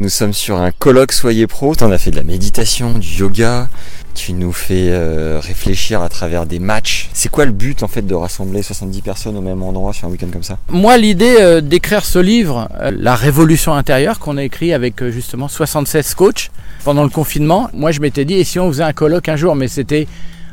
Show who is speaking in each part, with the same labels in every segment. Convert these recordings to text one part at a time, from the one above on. Speaker 1: Nous sommes sur un colloque Soyez Pro. T'en as fait de la méditation, du yoga. Tu nous fais euh, réfléchir à travers des matchs. C'est quoi le but en fait de rassembler 70 personnes au même endroit sur un week-end comme ça
Speaker 2: Moi, l'idée euh, d'écrire ce livre, euh, La Révolution intérieure, qu'on a écrit avec euh, justement 76 coachs pendant le confinement, moi je m'étais dit, et si on faisait un colloque un jour Mais c'était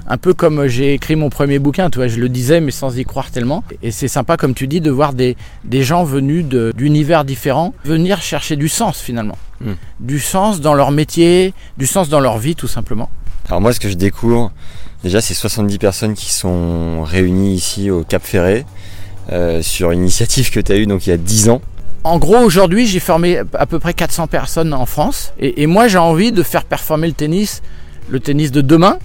Speaker 2: un peu comme euh, j'ai écrit mon premier bouquin, tu vois, je le disais, mais sans y croire tellement. Et c'est sympa, comme tu dis, de voir des, des gens venus de- d'univers différents venir chercher du sens finalement.
Speaker 1: Mm.
Speaker 2: Du sens dans leur métier, du sens dans leur vie tout simplement.
Speaker 1: Alors moi, ce que je découvre, déjà, c'est 70 personnes qui sont réunies ici au Cap Ferré euh, sur une initiative que tu as eue donc il y a 10 ans.
Speaker 2: En gros, aujourd'hui, j'ai formé à peu près 400 personnes en France. Et, et moi, j'ai envie de faire performer le tennis, le tennis de demain.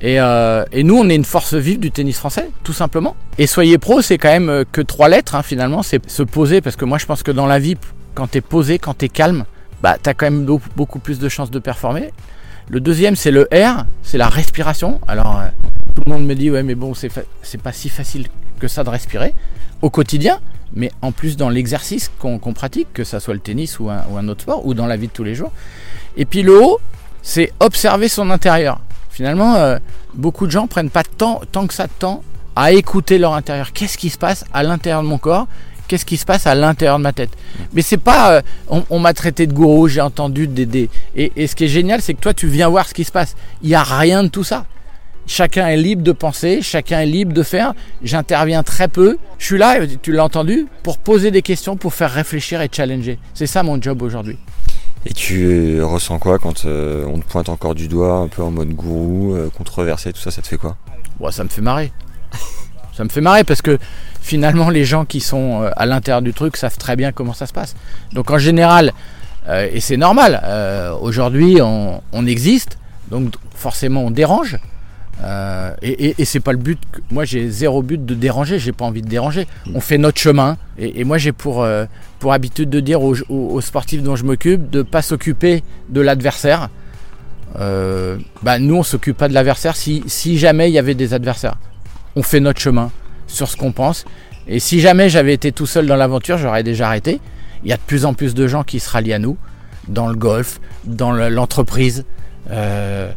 Speaker 2: Et, euh, et nous, on est une force vive du tennis français, tout simplement. Et soyez pro, c'est quand même euh, que trois lettres, hein, finalement. C'est se poser, parce que moi, je pense que dans la vie, quand t'es posé, quand t'es calme, bah, t'as quand même beaucoup, beaucoup plus de chances de performer. Le deuxième, c'est le R, c'est la respiration. Alors, euh, tout le monde me dit, ouais, mais bon, c'est fa- c'est pas si facile que ça de respirer au quotidien mais en plus dans l'exercice qu'on qu'on pratique, que ça soit le tennis ou un, ou un autre sport, ou dans la vie de tous les jours. Et puis le haut, c'est observer son intérieur. Finalement, euh, beaucoup de gens prennent pas tant, tant que ça de temps à écouter leur intérieur. Qu'est-ce qui se passe à l'intérieur de mon corps Qu'est-ce qui se passe à l'intérieur de ma tête Mais c'est pas, euh, on, on m'a traité de gourou, j'ai entendu des, des- et, et ce qui est génial, c'est que toi, tu viens voir ce qui se passe. Il y a rien de tout ça. Chacun est libre de penser, chacun est libre de faire. J'interviens très peu. Je suis là, tu l'as entendu, pour poser des questions, pour faire réfléchir et challenger. C'est ça mon job aujourd'hui.
Speaker 1: Et tu euh, ressens quoi quand euh, on te pointe encore du doigt, un peu en mode gourou, euh, controversé, tout ça, ça te fait quoi
Speaker 2: Bon, ça me fait marrer. Ça me fait marrer parce que finalement, les gens qui sont euh, à l'intérieur du truc savent très bien comment ça se passe. Donc en général, euh, et c'est normal, euh, aujourd'hui on, on existe, donc forcément on dérange. Euh, et et- et c'est pas le but. que- Moi j'ai zéro but de déranger, j'ai pas envie de déranger. On fait notre chemin. Et, et moi j'ai pour, euh, pour habitude de dire aux, aux- aux sportifs dont je m'occupe de pas s'occuper de l'adversaire. Euh, bah, nous on s'occupe pas de l'adversaire si, si jamais il y avait des adversaires. On fait notre chemin sur ce qu'on pense. Et si jamais j'avais été tout seul dans l'aventure, j'aurais déjà arrêté. Il y a de plus en plus de gens qui se rallient à nous, dans le golf, dans le- l'entreprise, euh,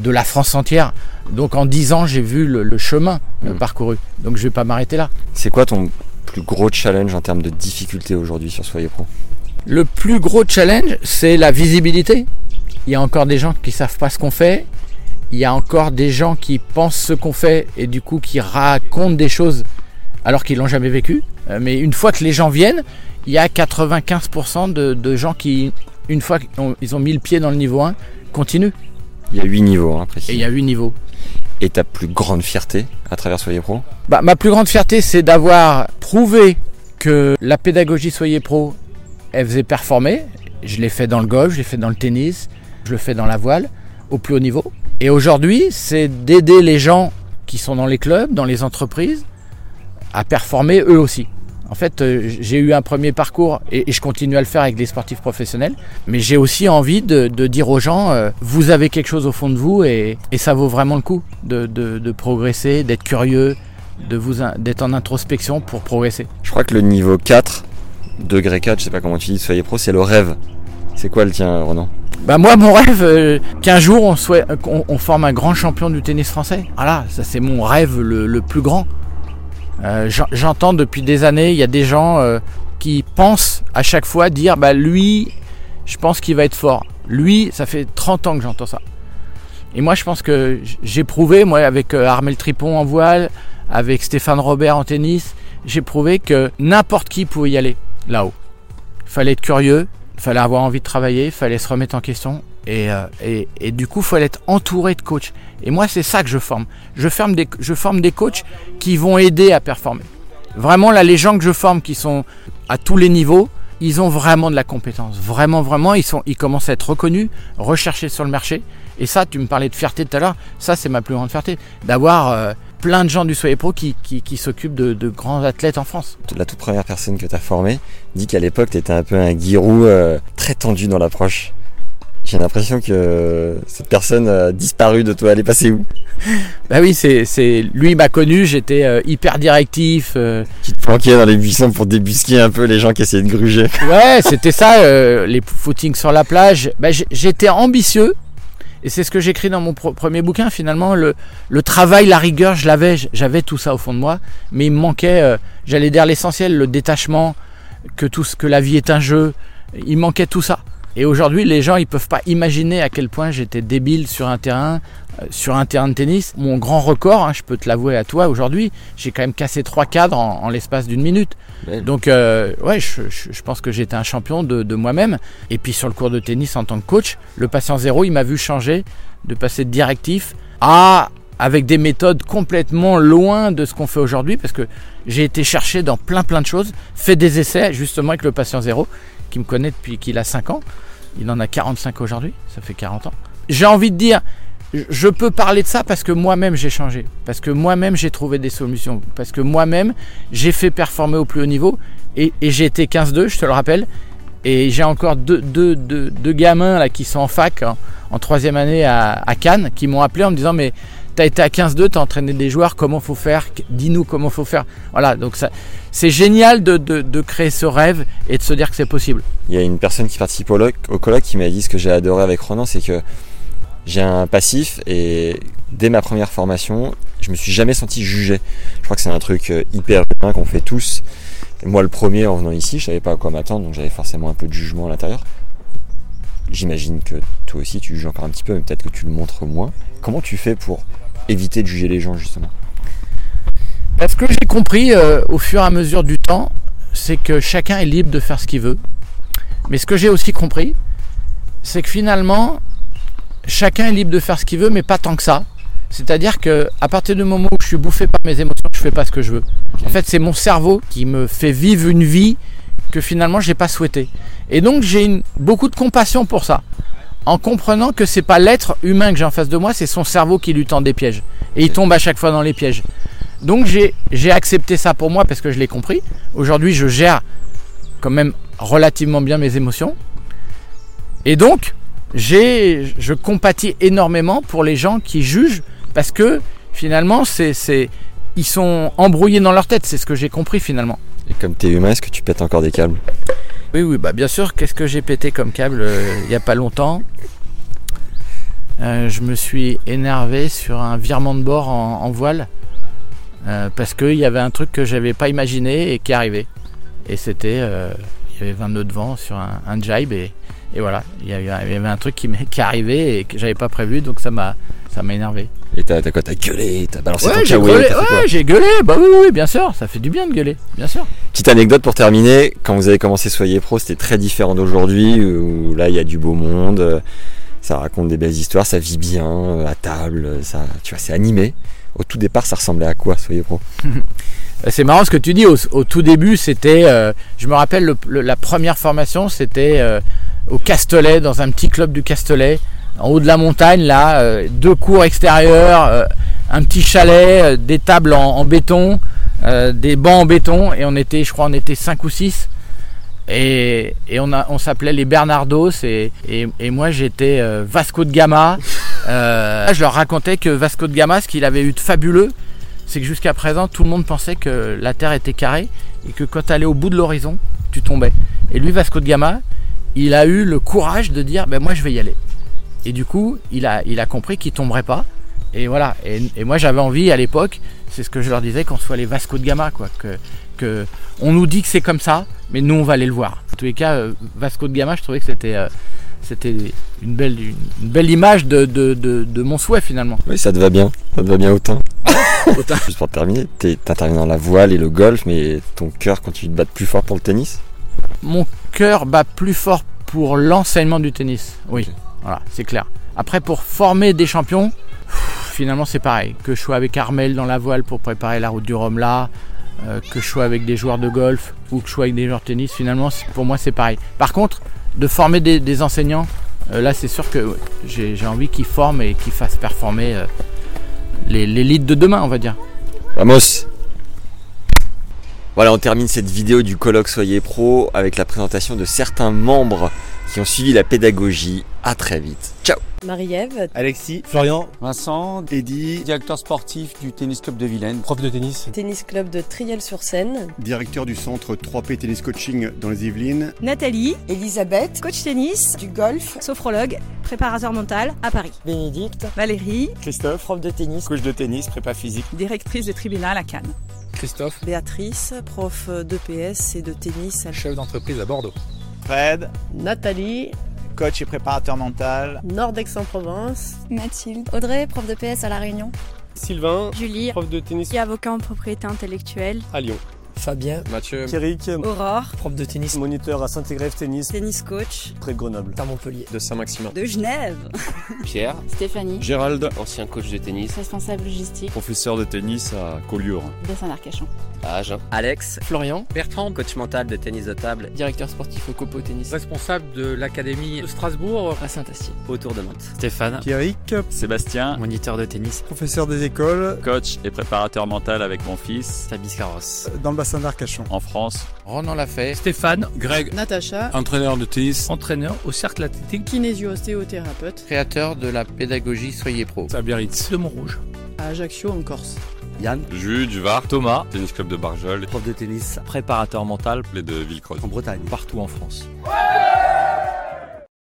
Speaker 2: de la France entière. Donc en 10 ans, j'ai vu le, le chemin euh,
Speaker 1: Mm.
Speaker 2: parcouru. Donc je vais pas m'arrêter là.
Speaker 1: C'est quoi ton plus gros challenge en termes de difficulté aujourd'hui sur Soyez Pro
Speaker 2: Le plus gros challenge, c'est la visibilité. Il y a encore des gens qui savent pas ce qu'on fait. Il y a encore des gens qui pensent ce qu'on fait et du coup qui racontent des choses alors qu'ils l'ont jamais vécu. Euh, Mais une fois que les gens viennent, il y a 95% de, de gens qui, une fois qu'ils ont, ils ont mis le pied dans le niveau 1, continuent.
Speaker 1: Il y a 8 niveaux, hein,
Speaker 2: Et
Speaker 1: précis.
Speaker 2: il y a 8 niveaux.
Speaker 1: Et ta plus grande fierté à travers Soyez Pro
Speaker 2: Bah, ma plus grande fierté, c'est d'avoir prouvé que la pédagogie Soyez Pro, elle faisait performer. Je l'ai fait dans le golf, je l'ai fait dans le tennis, je le fais dans la voile, au plus haut niveau. Et aujourd'hui, c'est d'aider les gens qui sont dans les clubs, dans les entreprises, à performer eux aussi. En fait, euh, j'ai eu un premier parcours et et je continue à le faire avec des sportifs professionnels. Mais j'ai aussi envie de, de dire aux gens, euh, vous avez quelque chose au fond de vous et, et ça vaut vraiment le coup de- de- de progresser, d'être curieux, de vous in- d'être en introspection pour progresser.
Speaker 1: Je crois que le niveau 4, degré 4, je sais pas comment tu dis, soyez pro, c'est le rêve. C'est quoi le tien, Renan
Speaker 2: Bah moi mon rêve euh, qu'un jour on, soit, euh, qu'on- on forme un grand champion du tennis français. Voilà, ça c'est mon rêve le, le plus grand. Euh, j'en- J'entends depuis des années, il y a des gens euh, qui pensent à chaque fois dire bah lui, je pense qu'il va être fort. Lui, ça fait 30 ans que j'entends ça. Et moi je pense que j- j'ai prouvé moi avec euh, Armel Tripon en voile, avec Stéphane Robert en tennis, j'ai prouvé que n'importe qui pouvait y aller là-haut. Fallait être curieux, fallait avoir envie de travailler, fallait se remettre en question. Et, euh, et, et du coup, fallait être entouré de coachs. Et moi, c'est ça que je forme. Je, ferme des, je forme des coachs qui vont aider à performer. Vraiment, là, les gens que je forme qui sont à tous les niveaux, ils ont vraiment de la compétence. Vraiment, vraiment, ils, sont, ils commencent à être reconnus, recherchés sur le marché. Et ça, tu me parlais de fierté tout à l'heure. Ça, c'est ma plus grande fierté. D'avoir euh, plein de gens du Soyez Pro qui, qui, qui s'occupent de, de grands athlètes en France.
Speaker 1: La toute première personne que t'as formée dit qu'à l'époque, t'étais un peu un guirou euh, très tendu dans l'approche. J'ai l'impression que euh, cette personne a disparu de toi. Elle est passée où
Speaker 2: Bah oui, c'est, c'est... lui il m'a connu, j'étais euh, hyper directif. euh,
Speaker 1: Qui te planquait dans les buissons pour débusquer un peu les gens qui essayaient de gruger.
Speaker 2: Ouais, c'était ça, euh, les footings sur la plage. Bah, j'ai- j'étais ambitieux. Et c'est ce que j'écris dans mon pro- premier bouquin finalement. Le, le travail, la rigueur, je l'avais, j- j'avais tout ça au fond de moi. Mais il me manquait, euh, j'allais dire l'essentiel, le détachement, que tout ce que la vie est un jeu. Il manquait tout ça. Et aujourd'hui, les gens, ils peuvent pas imaginer à quel point j'étais débile sur un terrain, euh, sur un terrain de tennis. Mon grand record, hein, je peux te l'avouer à toi aujourd'hui, j'ai quand même cassé trois cadres en- en l'espace d'une minute. Donc, euh, ouais, je, je- je pense que j'étais un champion de, de moi-même. Et puis, sur le cours de tennis en tant que coach, le patient zéro, il m'a vu changer de passer de directif à avec des méthodes complètement loin de ce qu'on fait aujourd'hui parce que j'ai été chercher dans plein plein de choses, fait des essais justement avec le patient zéro qui me connaît depuis qu'il a 5 ans. Il en a 45 aujourd'hui, ça fait 40 ans. J'ai envie de dire, je- je peux parler de ça parce que moi-même j'ai changé, parce que moi-même j'ai trouvé des solutions, parce que moi-même j'ai fait performer au plus haut niveau et, et j'ai été 15-2, je te le rappelle. Et j'ai encore deux, deux, deux, deux gamins là, qui sont en fac en, en troisième année à, à Cannes qui m'ont appelé en me disant Mais t'as été à 15-2, t'as entraîné des joueurs, comment faut faire Dis-nous comment faut faire. Voilà, donc ça, c'est génial de, de, de créer ce rêve et de se dire que c'est possible.
Speaker 1: Il y a une personne qui participe au, loc- au colloque qui m'a dit ce que j'ai adoré avec Ronan, c'est que j'ai un passif et dès ma première formation, je me suis jamais senti jugé. Je crois que c'est un truc euh, hyper humain qu'on fait tous. Et moi, le premier en venant ici, je savais pas à quoi m'attendre, donc j'avais forcément un peu de jugement à l'intérieur. J'imagine que toi aussi tu juges encore un petit peu, mais peut-être que tu le montres moins. Comment tu fais pour éviter de juger les gens justement
Speaker 2: Parce que j'ai compris euh, au fur et à mesure du temps, c'est que chacun est libre de faire ce qu'il veut. Mais ce que j'ai aussi compris, c'est que finalement, chacun est libre de faire ce qu'il veut, mais pas tant que ça. C'est-à-dire que à partir du moment où je suis bouffé par mes émotions, je fais pas ce que je veux. En fait, c'est mon cerveau qui me fait vivre une vie que finalement j'ai pas souhaitée. Et donc j'ai une- beaucoup de compassion pour ça, en comprenant que c'est pas l'être humain que j'ai en face de moi, c'est son cerveau qui lui tend des pièges. Et il tombe à chaque fois dans les pièges. Donc j'ai j'ai accepté ça pour moi parce que je l'ai compris. Aujourd'hui, je gère quand même relativement bien mes émotions. Et donc, j'ai je compatis énormément pour les gens qui jugent parce que finalement, c'est c'est ils sont embrouillés dans leur tête, c'est ce que j'ai compris finalement.
Speaker 1: Et comme t'es humain, est-ce que tu pètes encore des câbles
Speaker 2: Oui, oui, bah bien sûr, qu'est-ce que j'ai pété comme câble euh, il n'y a pas longtemps Euh, Je me suis énervé sur un virement de bord en, en voile euh, parce qu'il y avait un truc que j'avais pas imaginé et qui arrivait. Et c'était, euh, il y avait 20 nœuds de vent sur un, un jibe et, et voilà, il y, avait, il y avait un truc qui, m'est- qui arrivait et que j'avais pas prévu donc ça m'a, ça m'a énervé.
Speaker 1: Et t'as t'as quoi T'as gueulé, t'as balancé ton
Speaker 2: Ouais, j'ai
Speaker 1: kawaii,
Speaker 2: gueulé,
Speaker 1: t'as fait quoi
Speaker 2: ouais, j'ai gueulé, bah oui, oui, oui, bien sûr, ça fait du bien de gueuler, bien sûr.
Speaker 1: Petite anecdote pour terminer, quand vous avez commencé Soyez Pro, c'était très différent d'aujourd'hui, où là il y a du beau monde, euh, ça raconte des belles histoires, ça vit bien, euh, à table, euh, ça, tu vois, c'est animé. Au tout départ, ça ressemblait à quoi Soyez Pro
Speaker 2: C'est marrant ce que tu dis. Au, au tout début, c'était. euh, je me rappelle, le- le- la première formation, c'était euh, au Castelet, dans un petit club du Castelet, en haut de la montagne, là. euh, deux cours extérieurs, euh, un petit chalet, euh, des tables en, en béton, euh, des bancs en béton. Et on était, je crois, on était 5 ou 6. Et, et on, a- on s'appelait les Bernardos. Et, et- et moi, j'étais euh, Vasco de Gama. Euh, je leur racontais que Vasco de Gama, ce qu'il avait eu de fabuleux, c'est que jusqu'à présent, tout le monde pensait que la Terre était carrée et que quand tu allais au bout de l'horizon, tu tombais. Et lui, Vasco de Gama, il a eu le courage de dire ben, Moi, je vais y aller. Et du coup, il a, il a compris qu'il tomberait pas. Et voilà. Et, et moi, j'avais envie à l'époque, c'est ce que je leur disais, qu'on soit les Vasco de Gama. Quoi, que, que on nous dit que c'est comme ça, mais nous, on va aller le voir. En tous les cas, euh, Vasco de Gama, je trouvais que c'était. euh, c'était une belle, une une belle image de- de- de- de mon souhait finalement.
Speaker 1: Oui, ça te va bien, ça te va bien autant.
Speaker 2: Autant.
Speaker 1: Juste pour terminer, t'es- t'interviens dans la voile et le golf, mais ton cœur continue de battre plus fort pour le tennis
Speaker 2: mon cœur bat plus fort pour l'enseignement du tennis. Oui, voilà, c'est clair. Après, pour former des champions, pff, finalement, c'est pareil. Que je sois avec Armel dans la voile pour préparer la route du Rhum là, euh, que je sois avec des joueurs de golf ou que je sois avec des joueurs de tennis, finalement, c'est- pour moi, c'est pareil. Par contre, de former des, des enseignants, euh, là, c'est sûr que ouais, j'ai j'ai envie qu'ils forment et qu'ils fassent performer euh, les- l'élite de demain, on va dire.
Speaker 1: Vamos Voilà, on termine cette vidéo du colloque Soyez Pro avec la présentation de certains membres qui ont suivi la pédagogie. À très vite. Ciao
Speaker 3: Marie-Ève,
Speaker 4: Alexis, Florian,
Speaker 5: Vincent,
Speaker 4: Eddy,
Speaker 5: directeur sportif du tennis club de Vilaine.
Speaker 4: prof de tennis,
Speaker 3: tennis club de Triel-sur-Seine,
Speaker 6: directeur du centre 3P Tennis Coaching dans les Yvelines.
Speaker 7: Nathalie,
Speaker 8: Elisabeth,
Speaker 7: coach tennis,
Speaker 8: du golf,
Speaker 7: sophrologue, préparateur mental à Paris.
Speaker 9: Bénédicte,
Speaker 7: Valérie,
Speaker 9: Christophe, prof de tennis.
Speaker 4: coach de tennis, prépa physique.
Speaker 7: directrice de tribunal à Cannes.
Speaker 10: Christophe,
Speaker 3: Béatrice, prof d'EPS et de tennis.
Speaker 10: chef d'entreprise à Bordeaux.
Speaker 5: Fred,
Speaker 11: Nathalie,
Speaker 5: coach et préparateur mental.
Speaker 11: Nord d'Aix-en-Provence.
Speaker 12: Mathilde, Audrey, prof de PS à La Réunion,
Speaker 13: Sylvain,
Speaker 12: Julie,
Speaker 13: prof de tennis
Speaker 12: avocat en propriété intellectuelle,
Speaker 13: à Lyon.
Speaker 9: Fabien,
Speaker 10: Mathieu,
Speaker 13: Pierrick,
Speaker 3: Aurore,
Speaker 9: prof de tennis.
Speaker 13: moniteur à Saint-Égrève Tennis,
Speaker 3: tennis coach
Speaker 13: près de Grenoble.
Speaker 9: À Montpellier.
Speaker 10: de Saint-Maximin.
Speaker 3: de Genève.
Speaker 4: Pierre,
Speaker 12: Stéphanie,
Speaker 4: Gérald,
Speaker 10: Ancien coach de tennis
Speaker 12: responsable logistique
Speaker 4: professeur de tennis à Collioure.
Speaker 12: de Saint-Marcachon.
Speaker 10: à Agen.
Speaker 9: Alex,
Speaker 2: Florian,
Speaker 9: Bertrand, coach mental de tennis de table.
Speaker 5: Directeur sportif au Copo Tennis.
Speaker 2: responsable de l'académie de Strasbourg à Saint-Astier.
Speaker 9: Autour de Nantes.
Speaker 5: Stéphane,
Speaker 13: Pierrick,
Speaker 4: Sébastien,
Speaker 5: moniteur de tennis.
Speaker 13: professeur des écoles
Speaker 4: coach et préparateur mental avec mon fils
Speaker 5: Sabis Carros.
Speaker 13: dans le bassin d'Arcachon.
Speaker 4: en France.
Speaker 2: Ronan l'a fait.
Speaker 5: Stéphane,
Speaker 10: Greg,
Speaker 11: Natacha,
Speaker 10: entraîneur de tennis.
Speaker 5: entraîneur au cercle athlétique
Speaker 11: kinésio-ostéothérapeute
Speaker 2: Créateur de la pédagogie Soyez Pro.
Speaker 10: Sabiritz.
Speaker 5: de Montrouge.
Speaker 11: à Ajaccio en Corse.
Speaker 9: Yann,
Speaker 4: Jules Duvar, Thomas, tennis club de Barjol
Speaker 9: prof de tennis
Speaker 10: Préparateur mental
Speaker 4: et de Villecroze.
Speaker 9: en Bretagne.
Speaker 10: partout en France.
Speaker 9: Bravo